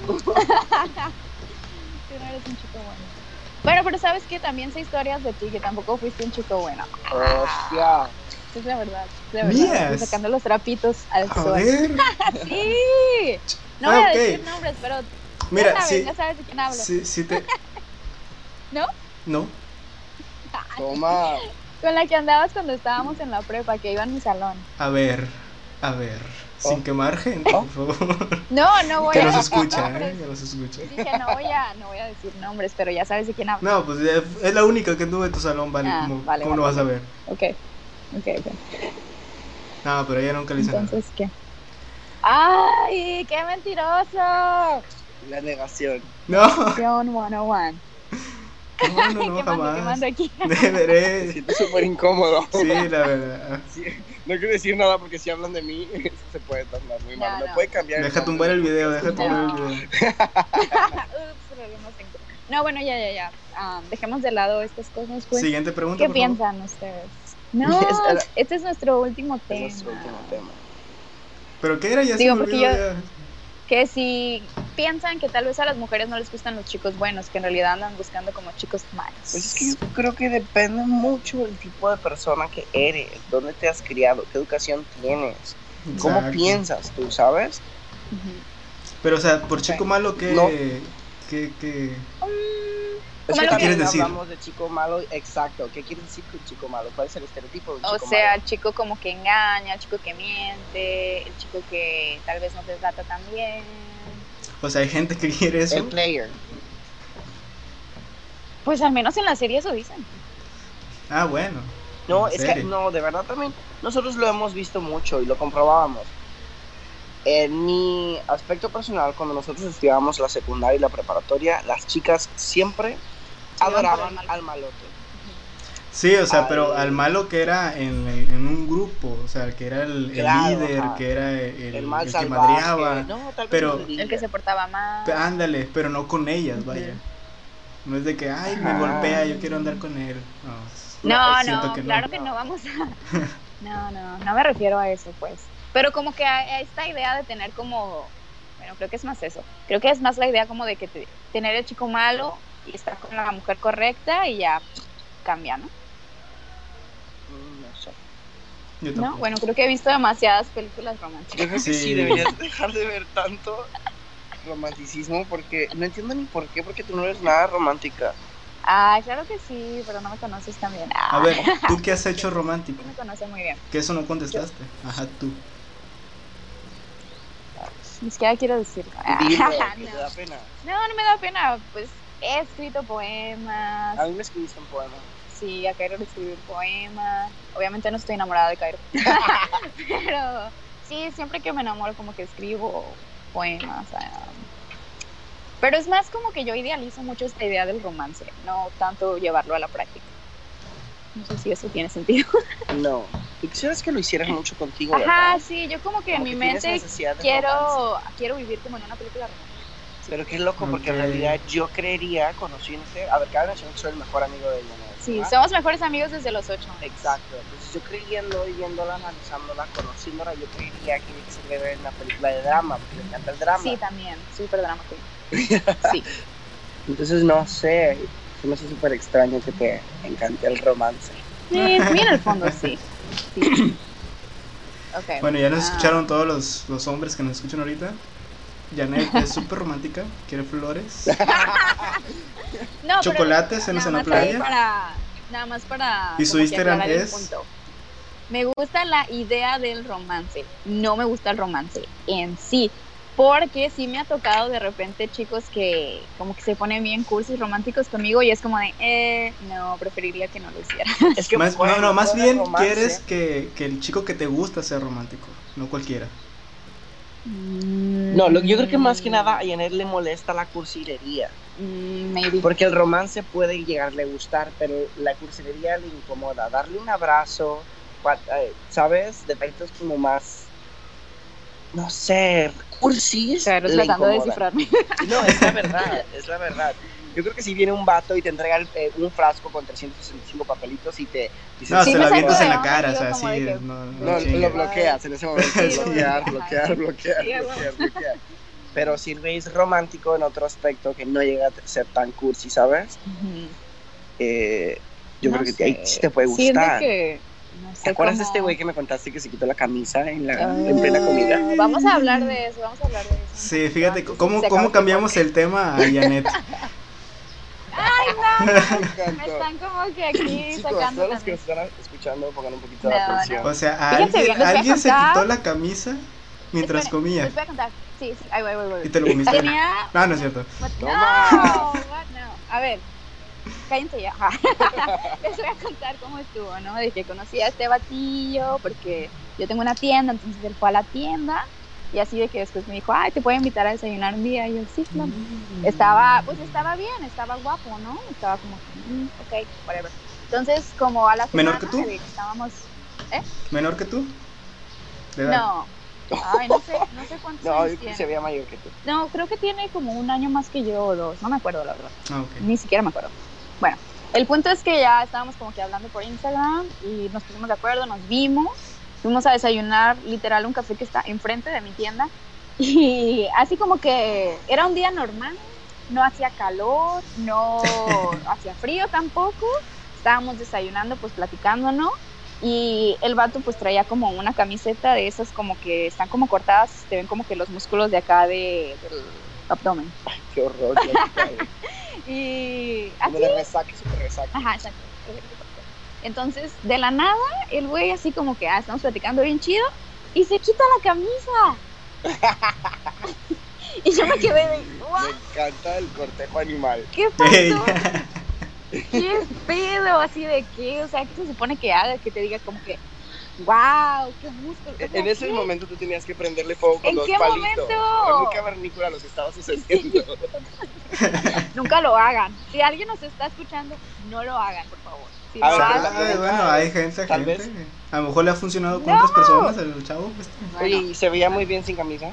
A: tú no eres un chico bueno. Bueno, pero sabes que también sé historias de ti, que tampoco fuiste un chico bueno. Ah.
C: Hostia.
A: Es la verdad, es la verdad.
B: Mías.
A: Estoy Sacando los trapitos al
B: A
A: sol.
B: ver.
A: Sí. No
B: Ah,
A: voy a
B: ok.
A: decir nombres, pero ya
B: Mira,
A: sabes,
B: si,
A: ya sabes de quién hablo.
B: si, si te.
A: ¿No?
B: No.
C: Toma.
A: Con la que andabas cuando estábamos en la prepa, que iba en mi salón.
B: A ver. A ver. Sin
C: Oh.
B: quemar gente,
C: Oh.
B: por favor.
A: No, no voy
B: Que
A: a
B: nos
A: decir
B: escucha, ¿eh?
A: nombres.
B: Que nos escucha.
A: Dije, no voy, a, no voy a decir nombres, pero ya sabes de quién hablo.
B: No, pues eh, es la única que tuve en tu salón, ¿vale?
A: Ah,
B: ¿Cómo,
A: vale,
B: cómo lo
A: vale.
B: vas a ver?
A: Ok, ok, ok.
B: No, pero ella nunca le hizo nada.
A: Entonces, ¿qué? ¡Ay, qué mentiroso!
C: La negación.
B: No,
A: Acción 101.
B: no, no, no,
A: ¿Qué mando, qué
B: jamás.
A: mando aquí?
C: Me
B: Deberé.
C: siento súper incómodo.
B: Sí, la verdad.
C: Sí, No quiero decir nada porque si hablan de mí se puede tornar muy mal.
A: No,
C: Me
A: no.
C: puede cambiar. el
B: Deja
C: nombre.
B: tumbar el video, deja tumbar el
A: No.
B: video.
A: Ups, problemas en- No, bueno, ya, ya, ya. Ah, dejemos de lado estas cosas, pues.
B: Siguiente pregunta,
A: ¿Qué
B: por favor.
A: piensan ustedes? No,
C: Es el-
A: este es nuestro último
C: Es
A: tema.
C: nuestro último tema.
B: ¿Pero qué era? Ya se
A: Digo,
B: me
A: porque
B: olvidó
A: yo-
B: ya.
A: Que si piensan que tal vez a las mujeres no les gustan los chicos buenos, que en realidad andan buscando como chicos malos.
C: Pues es que yo creo que depende mucho del tipo de persona que eres, dónde te has criado, qué educación tienes, cómo
B: Exacto.
C: piensas tú, ¿sabes?
A: Ujú.
B: Pero, o sea, por chico malo, ¿qué,
C: No.
B: qué, qué?
A: Mm,
C: Es
A: Como
C: que
A: lo
B: ¿Qué
C: Pues también
B: quieres decir?
C: hablamos de chico malo, exacto. ¿Qué quieres decir con chico malo? ¿Cuál es el estereotipo de un
A: O
C: chico
A: sea,
C: malo?
A: el chico como que engaña, el chico que miente, el chico que tal vez no te trata tan bien.
B: O sea, hay gente que quiere eso.
C: El player.
A: Pues al menos en la serie eso dicen.
B: Ah, bueno.
C: No,
B: ¿En
C: es que
B: serio?
C: no, de verdad también nosotros lo hemos visto mucho y lo comprobábamos. En mi aspecto personal, cuando nosotros estudiábamos la secundaria y la preparatoria, las chicas siempre
A: Iban por el
C: adoraban
A: malote.
C: al malote.
B: Sí, o sea, pero
C: Al-
B: al malo que era en, en un grupo, o sea, el que era el, el
C: Claro,
B: líder,
C: ajá.
B: que era el,
C: el mal
B: el que
C: salvaje.
B: madreaba.
C: no, tal vez
B: pero-
C: no diría.
A: El que se portaba mal.
B: Pe- Ándale, pero no con ellas,
A: Ujú.
B: vaya. No es de que, ay, me
C: Ajá.
B: golpea, yo quiero andar con él. No, es-
A: No,
B: siento
A: no,
B: que no.
A: claro que no vamos a... No, no, no me refiero a eso, pues. Pero como que a a esta idea de tener como... Bueno, creo que es más eso. Creo que es más la idea como de que te- tener el chico malo y estar con la mujer correcta y ya cambia, ¿no?
C: Mm, No sé.
B: yo
A: ¿No?
B: tampoco.
A: Bueno, creo que he visto demasiadas películas románticas.
C: Yo creo que sí.
B: Sí.
C: deberías dejar de ver tanto romanticismo porque no entiendo ni por qué, porque tú no eres nada romántica.
A: Ah, claro que sí, pero no me conoces también. Ah,
B: A ver, ¿tú qué has hecho romántico?
A: sí me conoces muy bien.
B: Que eso no contestaste. Ajá, tú.
A: Ni siquiera quiero decirlo. Ah,
C: Dilo, que te
A: no.
C: da pena.
A: no, no me da pena. Pues he escrito poemas.
C: A mí me escribiste un poema.
A: Sí, a Cairo le escribí un poema. Obviamente no estoy enamorada de Cairo. Pero sí, siempre que me enamoro como que escribo poemas. ah. Pero es más como que yo idealizo mucho esta idea del romance, no tanto llevarlo a la práctica. No sé si eso tiene sentido.
C: No. Tú quisieras que lo hicieras mucho contigo, ¿verdad?
A: Ajá, sí, yo como que en mi
C: Como que tienes
A: mente
C: necesidad de romance.
A: quiero, quiero vivir como en una película romántica.
C: Pero qué loco, porque en
B: Ok.
C: realidad yo creería, conociéndote, a ver, cada nación soy el mejor amigo de ella. ¿no?
A: Sí,
C: ¿verdad?
A: somos mejores amigos desde los ocho.
C: Exacto. Entonces yo creyendo, y viéndola, analizándola, conociéndola, yo creería que se debe ver en la película de drama, porque me encanta el drama.
A: Sí, también, súper dramático. Sí.
C: Entonces no sé, se me hace súper extraño que te encante el romance.
A: Sí, muy en el fondo, sí. sí. Ok.
B: Bueno, ya nos
A: Ah.
B: escucharon todos los, los hombres que nos escuchan ahorita. Janet es súper romántica, quiere flores,
A: No, pero
B: chocolates, cenas en
A: nada
B: la
A: más ahí
B: playa.
A: para- nada más para.
B: ¿Y su
A: como que
B: Instagram
A: aclarar el
B: es?
A: punto. Me gusta la idea del romance. No me gusta el romance en sí. Porque sí me ha tocado de repente chicos que como que se ponen bien cursos románticos conmigo y es como de, eh, no, preferiría que no lo hiciera.
C: Es que
B: Más-
C: bueno,
B: no, no, más
C: todo el
B: bien
C: romance-
B: quieres que, que el chico que te gusta sea romántico, no cualquiera.
C: No, lo, yo creo que más que nada a Janet le molesta la cursilería,
A: Mm, maybe.
C: porque el romance puede llegarle a gustar, pero la cursilería le incomoda. Darle un abrazo, cua- eh, ¿sabes? Detallitos como más, no sé, cursis.
A: Claro,
C: le
A: tratando de
C: incomoda.
A: descifrarme.
C: No, es la verdad, es la verdad. Yo creo que si viene un vato y te entrega el- eh, un frasco con 365 papelitos y te dice,
B: No,
A: Sí,
B: se
A: me
B: la
A: saco
B: avientas
A: de
B: en la
A: onda,
B: cara, o
A: yo
B: sea,
A: como
B: así.
A: de que-
B: No, no,
C: No,
B: chingues.
C: lo bloqueas en ese momento.
A: Sí,
C: bloquear,
A: ajá.
C: bloquear, bloquear,
A: Sí, a
C: bloquear, bloquear. Pero si el güey es romántico en otro aspecto que no llega a ser tan cursi, ¿sabes?
A: Ujú.
C: Eh, yo
A: No
C: creo que
A: sé.
C: ahí sí te puede
A: Sí, es de
C: gustar.
A: que, no sé
C: ¿Te acuerdas de
A: cómo-
C: este güey que me contaste que se quitó la camisa en, la,
A: Ah,
C: en plena comida?
A: Vamos a hablar de eso, vamos a hablar de eso.
B: Sí, fíjate,
A: Antes de
B: ¿cómo,
A: que Ah, se
B: cómo
A: acabe
B: cambiamos el tema a Janet?
C: Me
A: Me
C: encantó.
A: están como que aquí
C: Chicos,
A: sacando
C: todos los que
A: también.
C: nos están escuchando pongan un poquito
A: No,
C: de
A: no.
C: atención.
B: O sea, ¿a
A: Fíjate bien,
B: alguien,
A: les voy a
B: alguien se
A: contar.
B: quitó la camisa mientras
A: Esperen,
B: comía
A: Les voy a contar. Sí, sí, ahí voy, voy, voy.
B: y te lo comiste.
A: Tenía.
B: No, no es cierto.
A: What- No,
C: Toma.
A: what? no. A ver, cállense ya. Les voy a contar cómo estuvo, ¿no? De que conocí a este batillo porque yo tengo una tienda, entonces él fue a la tienda y así de que después me dijo, ay, te puedo invitar a desayunar un día. Y yo, sí, claro. Estaba, pues estaba bien, estaba guapo, ¿no? Estaba como, que, "Mm, ok, whatever. Entonces, como a la semana
B: ¿Menor que tú?
A: de estábamos,
B: ¿Menor que tú? De edad.
A: no, ay, no sé, no sé cuántos
C: No,
A: años
C: yo creo que
A: tiene.
C: se veía mayor que tú.
A: No, creo que tiene como un año más que yo o dos, no me acuerdo la verdad,
B: Ah, ok.
A: ni siquiera me acuerdo. Bueno, el punto es que ya estábamos como que hablando por Instagram y nos pusimos de acuerdo, nos vimos, fuimos a desayunar literal a un café que está enfrente de mi tienda y así como que era un día normal, no hacía calor, no hacía frío tampoco, estábamos desayunando pues platicándonos y el vato pues traía como una camiseta de esas como que están como cortadas, se te ven como que los músculos de acá de, del abdomen.
C: Qué horror. No
A: Y así,
C: le resaca, súper resaca.
A: ajá, exacto. Entonces, de la nada, el güey así como que, ah, estamos platicando bien chido, y se quita la camisa. y yo me quedé de, "What?
C: Me encanta el cortejo animal.
A: ¿Qué pasó? ¿Qué pedo? Así de qué, o sea, ¿qué se supone que haga? Que te diga como que, wow, qué músculo. O sea,
C: E-, En ese
A: ¿qué?
C: momento tú tenías que prenderle fuego con
A: ¿En
C: los
A: qué
C: palitos.
A: momento?
C: Era muy cavernícola lo que estaba sucediendo.
A: Nunca lo hagan. Si alguien nos está escuchando, no lo hagan, por favor. Si
C: A
A: lo
C: ver,
A: hagan,
C: la-
B: Ay, bueno, hay gente,
C: Tal
B: gente.
C: vez.
B: A lo mejor le ha funcionado con otras personas el chavo. pues.
C: Oye,
A: bueno.
C: ¿y se veía muy bien sin camisa?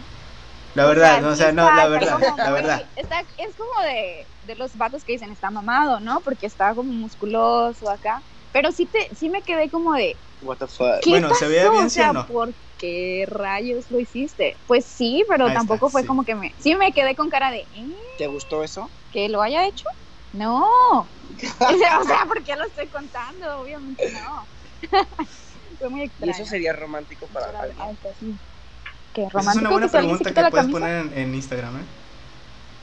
B: La verdad, no, o
A: sí
B: sea, no,
A: está-
B: la
A: está
B: verdad,
A: como
B: la
A: muy-
B: verdad.
A: está- es como de, de los vatos que dicen está mamado, ¿no? Porque está como musculoso acá. Pero sí, te, sí me quedé como de,
C: What the fuck.
A: ¿qué
B: Bueno,
A: pasó?
B: ¿se veía bien,
A: o
B: sí o
A: sea,
B: no?
A: ¿por qué rayos lo hiciste? Pues sí, pero
B: Ahí está,
A: tampoco fue
B: sí.
A: como que me... Sí me quedé con cara de, ¿eh?
C: ¿Te gustó eso?
A: ¿Que lo haya hecho? No. O sea, o sea, ¿por qué lo estoy contando? Obviamente no. Fue muy
C: Y
A: extraño.
C: eso sería romántico para
A: Natural,
C: alguien.
A: alto, sí. Qué
B: Esa es una
A: romántico
B: buena
A: si alguien se
B: pregunta
A: quita
B: que
A: la
B: puedes
A: camisa.
B: poner en, en Instagram, ¿eh?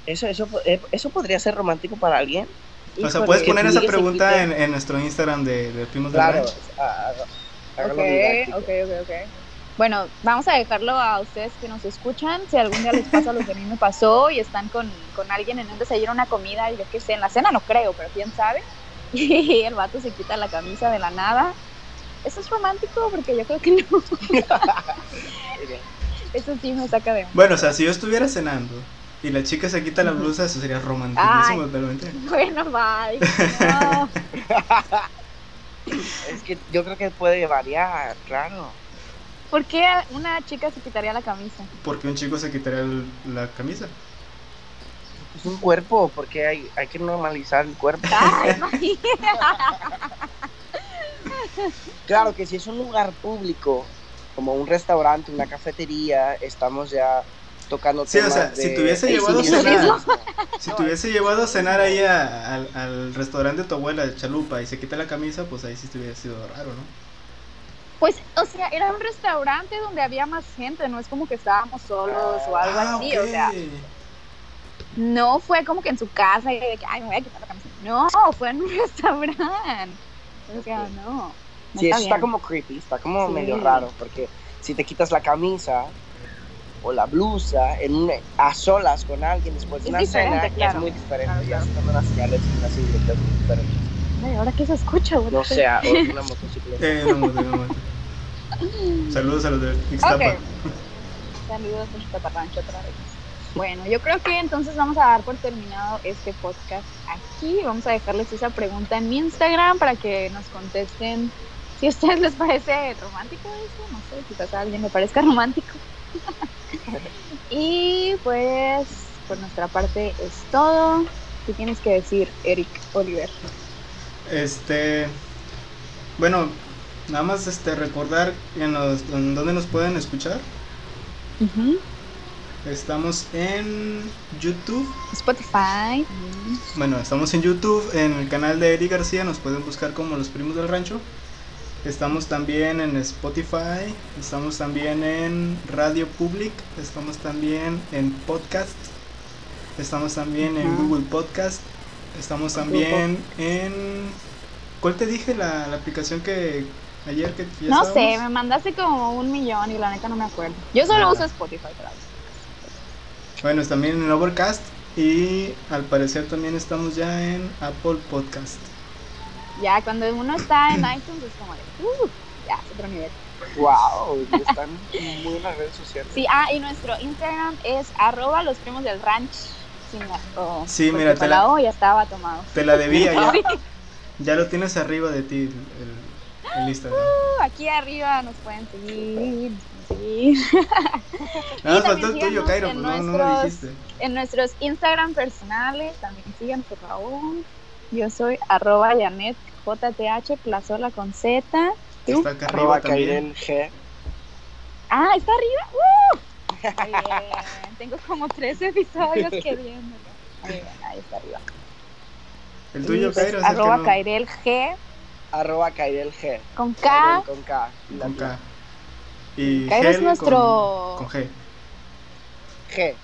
C: ¿Eso, eso, eh, ¿Eso podría ser romántico para alguien?
B: O sea,
A: Híjole.
B: puedes
C: que
B: poner
C: tú
B: esa
C: llegues y
B: pregunta
C: quites.
B: en, en nuestro Instagram de, de Primos
C: Claro.
B: del Ranch.
C: ah, Hágalo
A: Okay,
C: didáctico.
A: ok, ok, ok. Bueno, vamos a dejarlo a ustedes que nos escuchan. Si algún día les pasa lo que a mí me pasó y están con, con alguien en un desayuno, una comida, y yo qué sé, en la cena no creo, pero quién sabe. Y el vato se quita la camisa de la nada. Eso es romántico porque yo creo que no. Eso sí me saca de. onda.
B: Bueno, o sea, si yo estuviera cenando y la chica se quita la
A: Ujú.
B: blusa, eso sería romantiquísimo
A: Ay.
B: totalmente.
A: Bueno, bye. No.
C: Es que yo creo que puede variar, claro.
A: ¿Por qué una chica se quitaría la camisa?
B: Porque un chico se quitaría el- la camisa.
C: Es un cuerpo, porque hay, hay que normalizar el cuerpo.
A: Ay, María.
C: Claro que si es un lugar público, como un restaurante, una cafetería, estamos ya tocando
B: Sí, o
C: temas
B: sea,
C: de-
B: si te hubiese llevado
A: a cenar-
B: Si
C: No,
B: te hubiese llevado a cenar ahí a- al, al restaurante de tu abuela, de Chalupa, y se quita la camisa, pues ahí sí te hubiera sido raro, ¿no?
A: Pues, o sea, era un restaurante donde había más gente, no es como que estábamos solos o algo
B: Ah,
A: así,
B: ok.
A: o sea, no fue como que en su casa y de que, ay, me voy a quitar la camisa. No, fue en un restaurante. O sea, no. no
C: Sí, eso está
A: bien.
C: como creepy, está como
A: Sí.
C: medio raro, porque si te quitas la camisa o la blusa en un- a solas con alguien después de
A: Es
C: una
A: diferente,
C: cena, ya
A: claro.
C: es muy diferente,
A: Claro,
C: ya
A: claro.
C: son unas señales, unas indirectas muy diferentes.
A: Ay, ahora que se escucha, güey.
C: No sea, o una motocicleta.
B: Eh, no, no, no, no. Saludos a los de Ixtapa.
A: Ok. Saludos, Chutaparrancho, otra vez. Bueno, yo creo que entonces vamos a dar por terminado este podcast aquí. Vamos a dejarles esa pregunta en mi Instagram para que nos contesten si a ustedes les parece romántico eso. No sé, quizás a alguien le parezca romántico. y pues, por nuestra parte es todo. ¿Qué tienes que decir, Eric Oliver?
B: Este, bueno, nada más este recordar en, los, en dónde nos pueden escuchar. Estamos en YouTube.
A: Spotify.
B: Bueno, estamos en YouTube, en el canal de Eric García, nos pueden buscar como Los Primos del Rancho. Estamos también en Spotify, estamos también en Radio Public, estamos también en podcast, estamos también en
A: Ujú.
B: Google Podcast, estamos también en... ¿Cuál te dije la, la aplicación que ayer que ya
A: No
B: estábamos?
A: sé, me mandaste como un millón y la neta no me acuerdo. Yo solo
B: Ah.
A: uso Spotify, pero
B: Bueno, es también en Overcast y al parecer también estamos ya en Apple Podcast.
A: ya cuando uno está en iTunes es como de, uh, ya, es otro nivel.
C: Wow, están muy en las redes sociales.
A: Sí, ah, y nuestro Instagram es arroba los primos del ranch. Sin la O,
B: Sí,
A: porque
B: mira,
A: con
B: te
A: la
B: la-
A: O ya estaba tomado.
B: Te la debía ya.
A: Sí,
B: Ya lo tienes arriba de ti el, el Instagram.
A: uh, aquí arriba nos pueden seguir. nos pueden seguir.
B: Nada más
A: también
B: faltó el tuyo,
A: síganos
B: Cairo,
A: en
B: pues no, no lo
A: nuestros-
B: dijiste.
A: En nuestros Instagram personales también sigan, por favor. Yo soy arroba Janet JTH Plazola con Z. ¿Tú?
B: Está acá
C: Arroba
B: arriba también.
C: Kairen G.
A: Ah, está arriba. ¡Uh! Muy bien. Tengo como tres episodios queriéndolo. Muy bien, ahí está arriba.
B: El tuyo,
A: Y, pues,
B: Cairo, es el que
A: arroba
B: no-
A: Kairel G
C: Arroba Kairen G.
A: con K.
C: Kairen Con K.
B: con
C: y latina.
B: K. Y
A: Cairo es
B: Gel
A: nuestro-
B: con, con G.
C: G.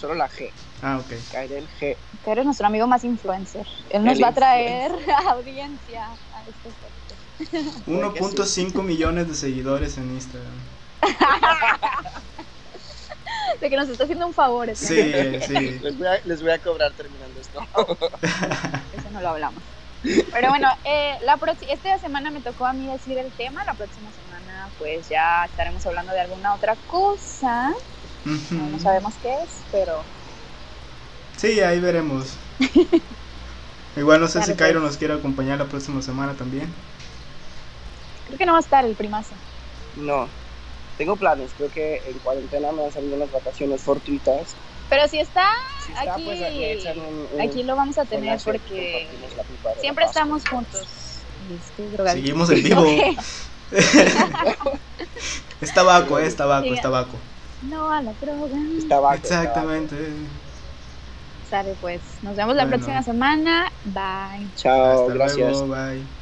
C: Solo la G.
B: Ah, ok.
C: Kairen G.
A: Que eres nuestro amigo más influencer. Él nos
C: El
A: va a traer audiencia a este podcast.
B: 1.5 millones de seguidores en Instagram.
A: De que nos está haciendo un favor. ¿eh? ese.
B: Sí, sí.
C: Les voy, a, les voy a cobrar terminando esto.
A: Eso no lo hablamos. Pero bueno, eh, la proxi- esta semana me tocó a mí decir el tema. La próxima semana, pues ya estaremos hablando de alguna otra cosa. No, no
B: Ujú.
A: sabemos qué es, pero
B: Sí, ahí veremos. Igual no sé si
A: Claro,
B: Cairo
A: pues.
B: nos quiere acompañar la próxima semana también.
A: creo que no va a estar el primazo.
C: No. Tengo planes. Creo que en cuarentena me van a salir unas vacaciones fortuitas.
A: Pero si está,
C: Si está,
A: Aquí-
C: pues me echan un- un-
A: aquí lo vamos a tener
C: enlace,
A: porque
C: compartimos la pipa de la
A: siempre
C: Pascua.
A: estamos juntos. Y estoy drogadita.
B: Seguimos en vivo.
A: Ok.
B: Es tabaco, eh, es tabaco,
A: Diga.
B: es tabaco.
A: No a la droga.
C: Es tabaco, es tabaco.
B: Exactamente.
A: Sale pues. Nos vemos la
B: Bueno.
A: próxima semana. Bye.
C: Chao,
B: Hasta
C: Oh, gracias.
B: luego, bye.